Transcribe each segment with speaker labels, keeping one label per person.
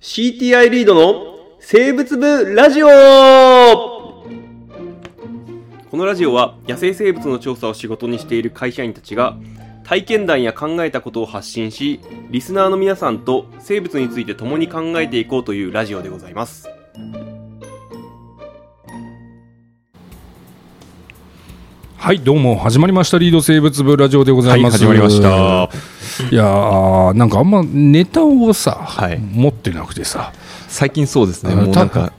Speaker 1: CTI リードの生物部ラジオこのラジオは野生生物の調査を仕事にしている会社員たちが体験談や考えたことを発信しリスナーの皆さんと生物について共に考えていこうというラジオでございます
Speaker 2: はい、どうも、始まりました、リード生物部ラジオでございます。
Speaker 1: はい始まりました
Speaker 2: いやー、なんかあんまネタをさ、
Speaker 3: はい
Speaker 2: 持ってなくてさ、
Speaker 3: 最近そうですね、
Speaker 2: あ
Speaker 3: もう
Speaker 2: た
Speaker 3: なんか、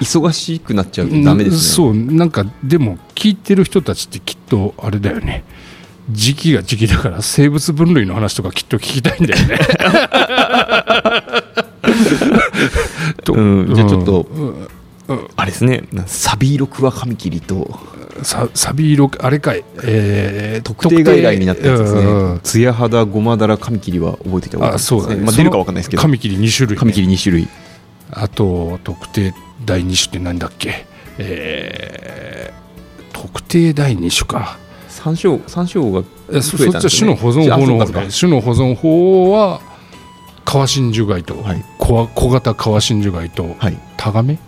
Speaker 3: 忙しくなっちゃうとダメですね。
Speaker 2: そう、なんか、でも、聞いてる人たちってきっと、あれだよね。時期が時期だから生物分類の話とかきっと聞きたいんだよ ね。と
Speaker 3: うん、じゃあちょっと、
Speaker 2: うん
Speaker 3: あれですね、サビ色クワカミキリと
Speaker 2: さサビ色あれかい、えー
Speaker 3: 特定外来になったやつです
Speaker 2: 特定うんう
Speaker 3: ね
Speaker 2: ん。
Speaker 3: ツヤ肌ゴマダラカミキリは覚えていた方がい
Speaker 2: あ
Speaker 3: いですね。
Speaker 2: そうだね、
Speaker 3: まあ、出るかわかんないですけど、
Speaker 2: カミキリ2種類ね、
Speaker 3: カミキリ2種類。
Speaker 2: あと特定第2種ってなんだっけえー特定第2種か
Speaker 3: 山椒、山椒が
Speaker 2: えそ
Speaker 3: 増え
Speaker 2: そ
Speaker 3: た
Speaker 2: っ
Speaker 3: ん
Speaker 2: ち
Speaker 3: で
Speaker 2: は種
Speaker 3: すね
Speaker 2: の保存法の
Speaker 3: あ
Speaker 2: 方
Speaker 3: そうか
Speaker 2: ね種
Speaker 3: そうか
Speaker 2: の保存法は川真珠貝と、
Speaker 3: はい
Speaker 2: 小わ小型川真珠貝と、
Speaker 3: はい。
Speaker 2: タガメ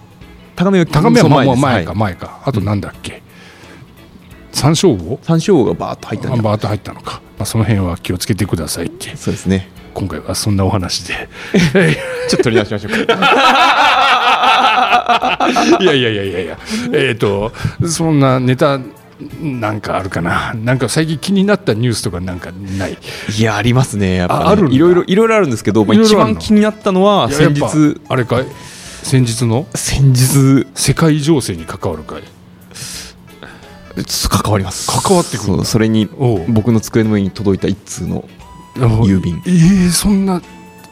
Speaker 3: 高めは、
Speaker 2: タガメはまあ
Speaker 3: そ
Speaker 2: ま
Speaker 3: の
Speaker 2: あ前
Speaker 3: です
Speaker 2: か
Speaker 3: はい
Speaker 2: 前かあとなんだっけ、山椒魚
Speaker 3: 山椒がバーッと入った
Speaker 2: あ
Speaker 3: んだ。
Speaker 2: バーッと入ったのか、まあ、その辺は気をつけてくださいって
Speaker 3: そうですね。
Speaker 2: 今回はそんなお話で
Speaker 3: ちょっと取り出しましょうか。
Speaker 2: いやいやいやいやいやえっ、とそんなネタなんかあるかななんか最近気になったニュースとかなんかない
Speaker 3: いや、ありますね。やっぱね
Speaker 2: ああるんだ
Speaker 3: いろいろ、いろいろあるんですけど、まあ、
Speaker 2: いろい
Speaker 3: 一
Speaker 2: ろあるの
Speaker 3: 番気になったのは、
Speaker 2: いや
Speaker 3: 先
Speaker 2: やっ
Speaker 3: 日、
Speaker 2: ぱあれかい先日の
Speaker 3: 先日、
Speaker 2: 世界情勢に関わるかい
Speaker 3: ちょっと関わります
Speaker 2: 関わってくるんだ
Speaker 3: そうそれに
Speaker 2: おう
Speaker 3: 僕の机の上に届いた一通の郵便
Speaker 2: えー、そんな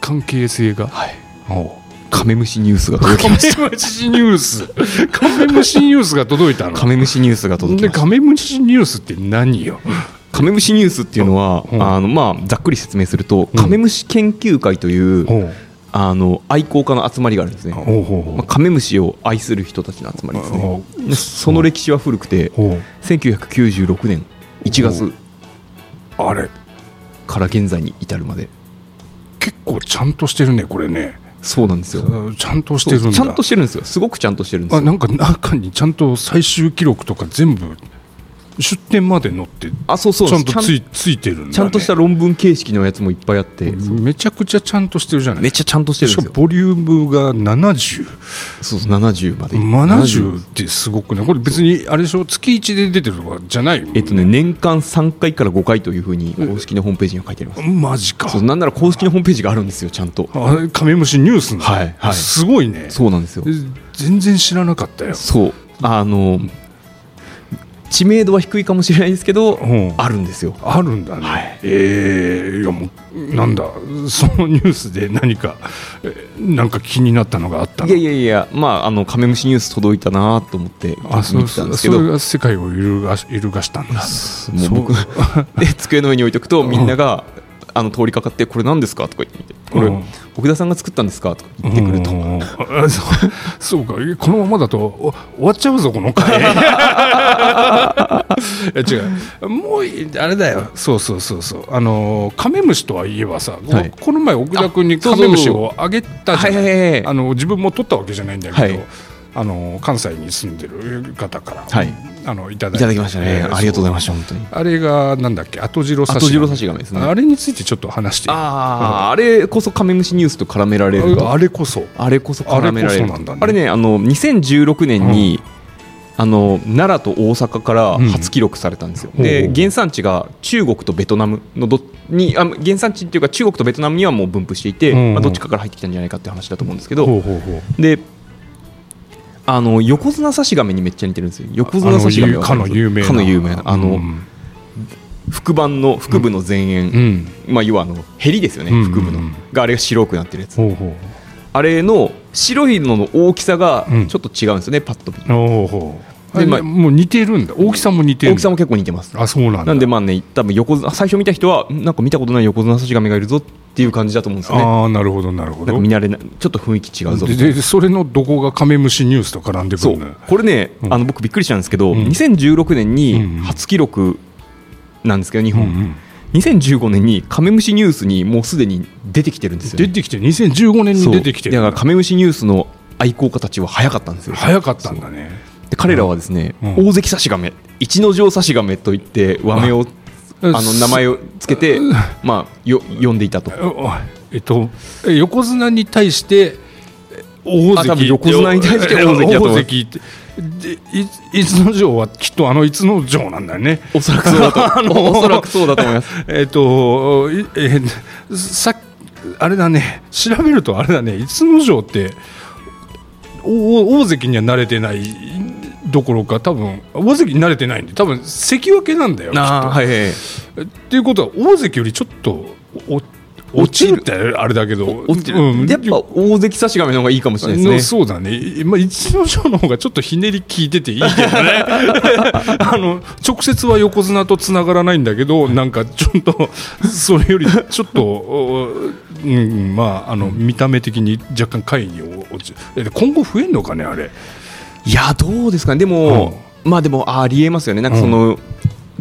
Speaker 2: 関係性が
Speaker 3: はい
Speaker 2: おう
Speaker 3: カメムシニュースが
Speaker 2: カ
Speaker 3: 届き
Speaker 2: メ
Speaker 3: ました
Speaker 2: ムシニュースカメムシニュースが届いたの
Speaker 3: カメムシニュースが届き
Speaker 2: で
Speaker 3: ました
Speaker 2: カメムシニュースって何よ
Speaker 3: カメムシニュースっていうのは
Speaker 2: うん
Speaker 3: あのまあざっくり説明すると
Speaker 2: うん
Speaker 3: カメムシ研究会という
Speaker 2: おう
Speaker 3: あの愛好家の集まりがあるんですね
Speaker 2: おうほう
Speaker 3: まあカメムシを愛する人たちの集まりですね
Speaker 2: ほう
Speaker 3: でその歴史は古くて
Speaker 2: おう
Speaker 3: 1996年1
Speaker 2: お
Speaker 3: 月
Speaker 2: あれ
Speaker 3: から現在に至るまで
Speaker 2: 結構ちゃんとしてるねこれね
Speaker 3: そうなんですよ
Speaker 2: ちゃんとしてるん
Speaker 3: そう
Speaker 2: だ
Speaker 3: ちゃんとしてるんですよすごくちゃんとしてるんです
Speaker 2: あ
Speaker 3: よ
Speaker 2: なんか中にちゃんと最終記録とか全部出典まで載って
Speaker 3: あそうそう
Speaker 2: ちゃんと
Speaker 3: ちゃん
Speaker 2: ついついてるんだ、ね、
Speaker 3: ちゃんとした論文形式のやつもいっぱいあって、
Speaker 2: めちゃくちゃちゃんとしてるじゃない
Speaker 3: めっちゃちゃんとしてるん
Speaker 2: し
Speaker 3: で
Speaker 2: か
Speaker 3: す
Speaker 2: もボ
Speaker 3: よ。
Speaker 2: リュームが7070
Speaker 3: そうそう、70まで。
Speaker 2: ってすごくねこれ別にあれでしょ月1で出てるとかじゃないもん
Speaker 3: えっとね、年間3回から5回というふうに公式のホームページには書いてあります。
Speaker 2: マジか
Speaker 3: そうなんなら公式のホームページがあるんですよ、ちゃんと。
Speaker 2: あれカメムシニュースの、
Speaker 3: はいはい
Speaker 2: すごいね
Speaker 3: そうなんですよ。
Speaker 2: 全然知らなかったよ
Speaker 3: そう。あの、知名度は低いかもしれないんですけど、
Speaker 2: うん
Speaker 3: あるんですよ。
Speaker 2: あるんだね、
Speaker 3: はい
Speaker 2: ええいやもうなんだそのニュースで何かえーなんか気になったのがあったの
Speaker 3: いやいやいや、まあ、あの、カメムシニュース届いたなと思って
Speaker 2: あそ
Speaker 3: 見
Speaker 2: う
Speaker 3: てた
Speaker 2: そ
Speaker 3: んで
Speaker 2: う
Speaker 3: すけ
Speaker 2: それ
Speaker 3: ど、もう
Speaker 2: が世界を揺るがし揺るがしたんだそう
Speaker 3: 僕、で机の上に置いとくと、みんなが、あの、通りかかって、これ何ですかとか言ってみて、これ
Speaker 2: うん、
Speaker 3: 奥田さんが作ったんですかとか言ってくると。
Speaker 2: うんあそうそうかえこのままだとお終わっちゃうぞこの 回いや違うもういあれだよそうそうそうそうあのーカメムシとはいえばさ、
Speaker 3: はい
Speaker 2: この前奥田君に
Speaker 3: あそ
Speaker 2: カ
Speaker 3: うそう
Speaker 2: メムシをあげたじゃ
Speaker 3: はい
Speaker 2: な
Speaker 3: はいいはい
Speaker 2: あの自分も取ったわけじゃないんだけど、
Speaker 3: はい
Speaker 2: あの関西に住んでる方から、
Speaker 3: はい
Speaker 2: あのいただ
Speaker 3: いただきましたね。
Speaker 2: えー
Speaker 3: ありがとうございました、本当に。
Speaker 2: そうあれがなんだっけ後白差し
Speaker 3: 後白差し亀ですね
Speaker 2: あれについてちょっと話して
Speaker 3: ああ、あれこそカメムシニュースと絡められる
Speaker 2: ああれこそ
Speaker 3: あれこそ絡められ
Speaker 2: あれ
Speaker 3: る
Speaker 2: こそなんだね
Speaker 3: あれね、あの、2016年に、あの奈良と大阪から初記録されたんですよ、
Speaker 2: うんほう
Speaker 3: で
Speaker 2: ほう
Speaker 3: 原産地が中国とベトナムのどにあ原産地っていうか中国とベトナムにはもう分布していて、
Speaker 2: うんうん
Speaker 3: まあ、どっちかから入ってきたんじゃないかって話だと思うんですけど、
Speaker 2: ほうほうほう
Speaker 3: であの横綱差し亀にめっちゃ似てるんですよ横綱差し亀
Speaker 2: あ
Speaker 3: は
Speaker 2: のかの有名な
Speaker 3: かの有名なあの、
Speaker 2: うん
Speaker 3: 腹板の腹部の前縁、
Speaker 2: うん
Speaker 3: まあ、要はあのヘリですよね、
Speaker 2: うんうんうん
Speaker 3: 腹部のがあれが白くなってるやつ
Speaker 2: ほうほう
Speaker 3: あれの白いのの大きさが
Speaker 2: うん
Speaker 3: ちょっと違うんですよね、パッと見
Speaker 2: ほうほう
Speaker 3: で
Speaker 2: あ
Speaker 3: まあ
Speaker 2: もう似てるんだ大きさも似てる
Speaker 3: 大きさも結構似てます
Speaker 2: あそうなんだ
Speaker 3: なんでまあね多分横綱最初見た人はんなんか見たことない横綱差し亀がいるぞっていう感じだと思うんですよね
Speaker 2: ああなるほどなるほ
Speaker 3: な
Speaker 2: ど
Speaker 3: んか見慣れないちょっと雰囲気違うぞ
Speaker 2: で
Speaker 3: みたいな
Speaker 2: でそれのどこがカメムシニュースと絡んでく
Speaker 3: そ
Speaker 2: る
Speaker 3: う
Speaker 2: のよ
Speaker 3: これね、
Speaker 2: うん
Speaker 3: あの僕びっくりしたんですけど、
Speaker 2: うんう
Speaker 3: 2016年
Speaker 2: んうん
Speaker 3: に初記録なんですけど日
Speaker 2: うん
Speaker 3: 本、
Speaker 2: うん
Speaker 3: 2015年にカメムシニュースにもうすでに出てきてるんですよ、
Speaker 2: 出てきて2015年
Speaker 3: そ
Speaker 2: に
Speaker 3: う
Speaker 2: 出てきて
Speaker 3: だ
Speaker 2: る
Speaker 3: からカメムシニュースの愛好家たちは早かったんですよ
Speaker 2: 早かったんだね
Speaker 3: で彼らはですね、
Speaker 2: うん
Speaker 3: 大関差し亀一ノ城差し亀といって和名をあ
Speaker 2: うん
Speaker 3: の名前をつけて、まあ、よ呼んで いたと
Speaker 2: おえっとえ横綱に対してえ大
Speaker 3: あ
Speaker 2: 関
Speaker 3: 多分横綱に対して大関だと思う
Speaker 2: 大関ってでい伊豆の城はきっとあの伊豆の城なんだよね
Speaker 3: おそらくそうだと、おそらくそうだと思います
Speaker 2: えっといえーさあれだね調べるとあれだね伊豆の城ってお大関には慣れてないどころか多分大関に慣れてないんで多分関脇なんだよきっと
Speaker 3: あはいはい
Speaker 2: っていうことは大関よりちょっとお落ちるってあれだけど
Speaker 3: 落ちる、
Speaker 2: うん
Speaker 3: でやっぱ大関差し亀の方がいいかもしれない
Speaker 2: の
Speaker 3: ですね
Speaker 2: そうだね、まあ、一ノ城の方がちょっとひねり効いてていいけどね あの直接は横綱とつながらないんだけどなんかちょっとそれよりちょっと、おうん、まああの見た目的に若干会議を落ちえ今後増えんのかねあれ
Speaker 3: いやどうですかねでも、まあでもありえますよねなんかその、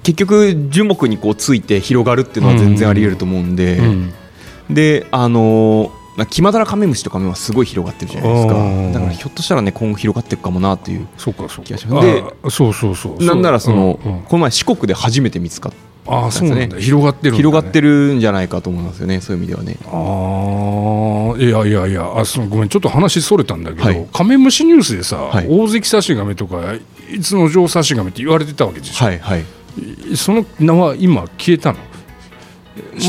Speaker 3: 結局樹木にこうついて広がるっていうのは全然ありえると思うんで、
Speaker 2: うん
Speaker 3: であのーまあキマダラカメムシとかも今すごい広がってるじゃないですか
Speaker 2: うん
Speaker 3: だからひょっとしたらね今後広がっていくかもなという
Speaker 2: そうかそうか
Speaker 3: 気がしますで
Speaker 2: あそうそうそう
Speaker 3: なんならその、
Speaker 2: うんうん
Speaker 3: この前四国で初めて見つかっ
Speaker 2: あそうなんだ広がってるんだね、
Speaker 3: 広がってるんじゃないかと思いますよねそういう意味ではね
Speaker 2: ああいやいやいやあそのごめんちょっと話それたんだけど、
Speaker 3: はい
Speaker 2: カメムシニュースでさ、
Speaker 3: はい
Speaker 2: 大関差し亀とかいつの城差し亀って言われてたわけでしょ、
Speaker 3: はいはい
Speaker 2: その名は今消えたの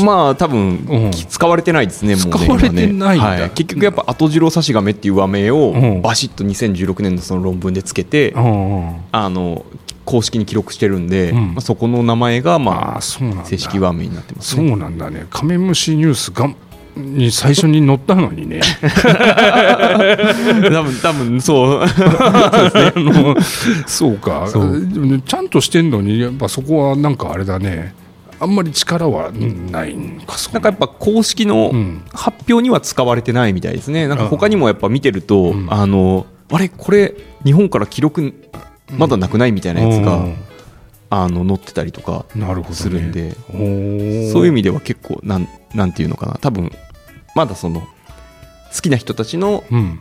Speaker 3: まあ多分、
Speaker 2: うん
Speaker 3: 使われてないですねもうね
Speaker 2: 使われてないんだ
Speaker 3: 今ねはい、結局やっぱ後次郎差し亀っていう和名を
Speaker 2: うん
Speaker 3: バシッと2016年のその論文でつけて、
Speaker 2: あ
Speaker 3: あの公式に記録してるんで、
Speaker 2: うん
Speaker 3: まあ、そこの名前がま
Speaker 2: あーそうなん
Speaker 3: あ
Speaker 2: だ
Speaker 3: 正式和名になってます
Speaker 2: そ
Speaker 3: ね
Speaker 2: うなんだねカメムシニュースがに最初に載ったのにね
Speaker 3: 多分多 分そう
Speaker 2: あの そうか
Speaker 3: そう
Speaker 2: でもねちゃんとしてんのにやっぱそこはなんかあれだねあんまり力はうんないんかそこ
Speaker 3: なんかやっぱ公式の
Speaker 2: うん
Speaker 3: 発表には使われてないみたいですねなんか他にもやっぱ見てると、
Speaker 2: ん
Speaker 3: あのあれこれ日本から記録まだなくないみたいなやつが、
Speaker 2: う
Speaker 3: あの載ってたりとか
Speaker 2: んなるほど、ね、
Speaker 3: するんで
Speaker 2: おー
Speaker 3: そういう意味では結構なんなんていうのかな多分まだその好きな人たちの
Speaker 2: うん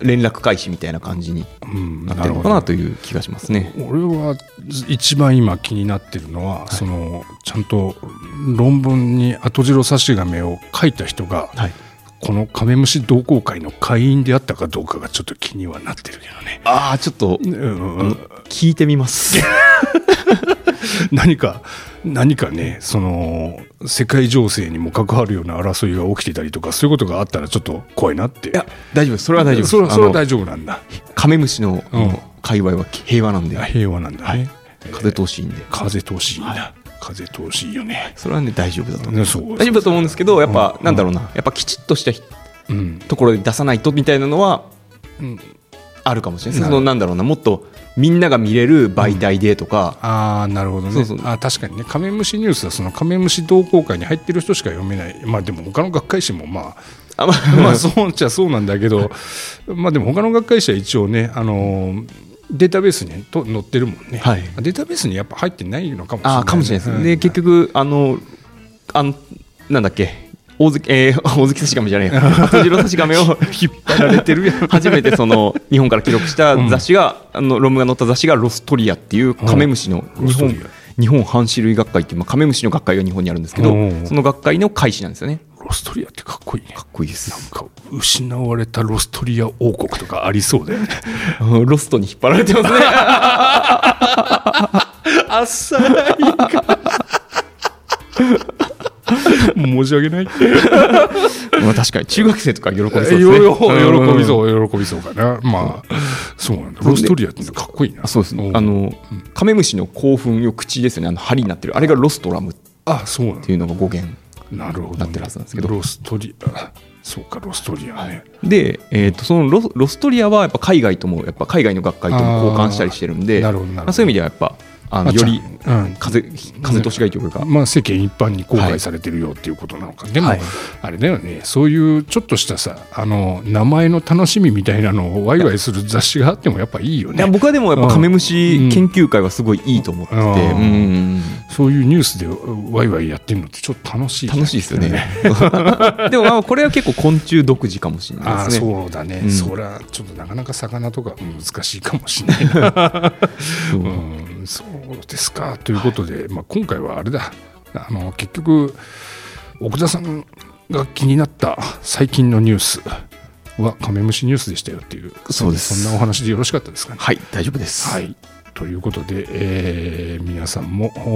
Speaker 3: 連絡開始みたいな感じに
Speaker 2: うん
Speaker 3: なってるのかなという気がしますね。
Speaker 2: 俺は一番今気になってるのは、そのちゃんと論文に後白差し亀を書いた人が、
Speaker 3: はい
Speaker 2: このカメムシ同好会の会員であったかどうかがちょっと気にはなってるけどね。
Speaker 3: ああちょっと
Speaker 2: うん
Speaker 3: あの聞いてみます。
Speaker 2: 何か何かねその世界情勢にも関わるような争いが起きてたりとかそういうことがあったらちょっと怖いなって。
Speaker 3: いや大丈夫ですそれは大丈夫です
Speaker 2: それはそれは
Speaker 3: あの
Speaker 2: 大丈夫なんだ。
Speaker 3: カメムシのあの
Speaker 2: うん
Speaker 3: 界隈は平和なんで
Speaker 2: 平和なんだね。
Speaker 3: 風通しいいんで
Speaker 2: 風通しいいな。風通しいいよね。
Speaker 3: それはね大丈夫だと思う
Speaker 2: ねそう
Speaker 3: 大丈夫だと思うんですけどやっぱ
Speaker 2: うん
Speaker 3: なんだろうなやっぱきちっとしたひ
Speaker 2: うん。
Speaker 3: ところで出さないとみたいなのは
Speaker 2: うん
Speaker 3: あるかもしれない
Speaker 2: な
Speaker 3: そ
Speaker 2: る
Speaker 3: のなんだろうなもっとみんなが見れる媒体でとか、
Speaker 2: ああなるほどね
Speaker 3: そうそう
Speaker 2: あー確かにねカメムシニュースはそのカメムシ同好会に入ってる人しか読めないまあでも他の学会誌も ま
Speaker 3: あま
Speaker 2: あ
Speaker 3: あ
Speaker 2: まあそうっちゃそうなんだけどまあでも他の学会誌は一応ねあのーデータベースにと載ってるもんね、
Speaker 3: はい
Speaker 2: データベースにやっぱ入ってないのかもしれない、
Speaker 3: あーかもしれないです、
Speaker 2: うん
Speaker 3: で結局あのあのなんだっけ大関えー、大 関差し亀じゃねえや後ろ差し亀を 引っ張られてる初めてその日本から記録した雑誌が、あのロムが載った雑誌がロストリアっていうカメムシの
Speaker 2: うん
Speaker 3: 日本、
Speaker 2: ロストリ
Speaker 3: 日本半種類学会っていう、まあ、カメムシの学会が日本にあるんですけど、
Speaker 2: うん
Speaker 3: その学会の会誌なんですよね
Speaker 2: ロストリアってかっこいいね
Speaker 3: かっこいいです
Speaker 2: なんか失われたロストリア王国とかありそうだ よね
Speaker 3: うんロストに引っ張られて ますね
Speaker 2: あっさ い申し訳ない
Speaker 3: まあ確かに中学生とか喜びそうです
Speaker 2: え
Speaker 3: ね
Speaker 2: よよ喜び
Speaker 3: うん
Speaker 2: そう、喜びそうかな。まあ、そうなんだ。ロストリアってかっこいいな。
Speaker 3: そうですね
Speaker 2: ん
Speaker 3: あ、のカメムシの興奮を口ですよねあの針になってるあれがロストラムっ
Speaker 2: あ、そうなんだ
Speaker 3: ていうのが語源
Speaker 2: なるほどね。
Speaker 3: なってるはずなんですけど
Speaker 2: ロストリア、そうか、ロストリアね。
Speaker 3: で、えー、とそのロロストリアはやっぱ海外ともやっぱ海外の学会とも交換したりしてるんで
Speaker 2: あーなるほどなるほど
Speaker 3: まあそういう意味ではやっぱあ
Speaker 2: まあ
Speaker 3: のより
Speaker 2: ちゃんうん
Speaker 3: 風風通しがいいというか、
Speaker 2: まあ、世間一般に公開されてるよっていうことなのか、でも、
Speaker 3: はい
Speaker 2: あれだよねそういうちょっとしたさあの名前の楽しみみたいなのをワイワイする雑誌があってもやっぱいいよ
Speaker 3: いや
Speaker 2: ね
Speaker 3: 僕はでもやっぱカメムシ研究会はすごいいいと思ってて、
Speaker 2: うん
Speaker 3: うんうん
Speaker 2: そういうニュースでワイワイやってるのってちょっと楽しいじゃん
Speaker 3: 楽しいですよね でもまあこれは結構昆虫独自かもしれな
Speaker 2: ああ
Speaker 3: いですね
Speaker 2: そうだね、
Speaker 3: うん
Speaker 2: そりゃちょっとなかなか魚とか難しいかもしれないな
Speaker 3: そう
Speaker 2: うんそうですかということで、まあ、今回はあれだあの結局奥田さんが気になった最近のニュースはカメムシニュースでしたよっていう
Speaker 3: そうです
Speaker 2: そんなお話でよろしかったですかね。
Speaker 3: はい大丈夫です、
Speaker 2: はいということで、えー皆さんも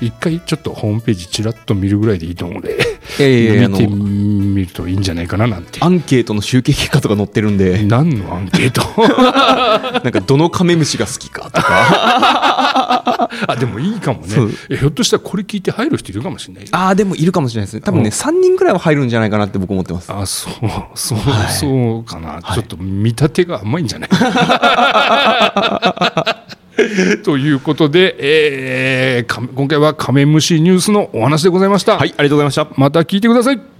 Speaker 2: お一回ちょっとホームページちらっと見るぐらいでいいと思うので、
Speaker 3: いやいやいやあ
Speaker 2: 見て
Speaker 3: の
Speaker 2: みるといいんじゃないかななんて
Speaker 3: アンケートの集計結果とか載ってるん で
Speaker 2: 何のアンケート
Speaker 3: なんかどのカメムシが好きかとか
Speaker 2: あでもいいかもね
Speaker 3: そう
Speaker 2: えひょっとしたらこれ聞いて入る人いるかもしれない
Speaker 3: ああでもいるかもしれないですね多分
Speaker 2: う
Speaker 3: ね
Speaker 2: ん
Speaker 3: 3人ぐらいは入るんじゃないかなって僕思ってます
Speaker 2: あそうそう、
Speaker 3: はい
Speaker 2: そうかな、
Speaker 3: はい
Speaker 2: ちょっと見立てが甘いんじゃない ということで、えーか今回はカメムシニュースのお話でございました、
Speaker 3: はいありがとうございました
Speaker 2: また聞いてください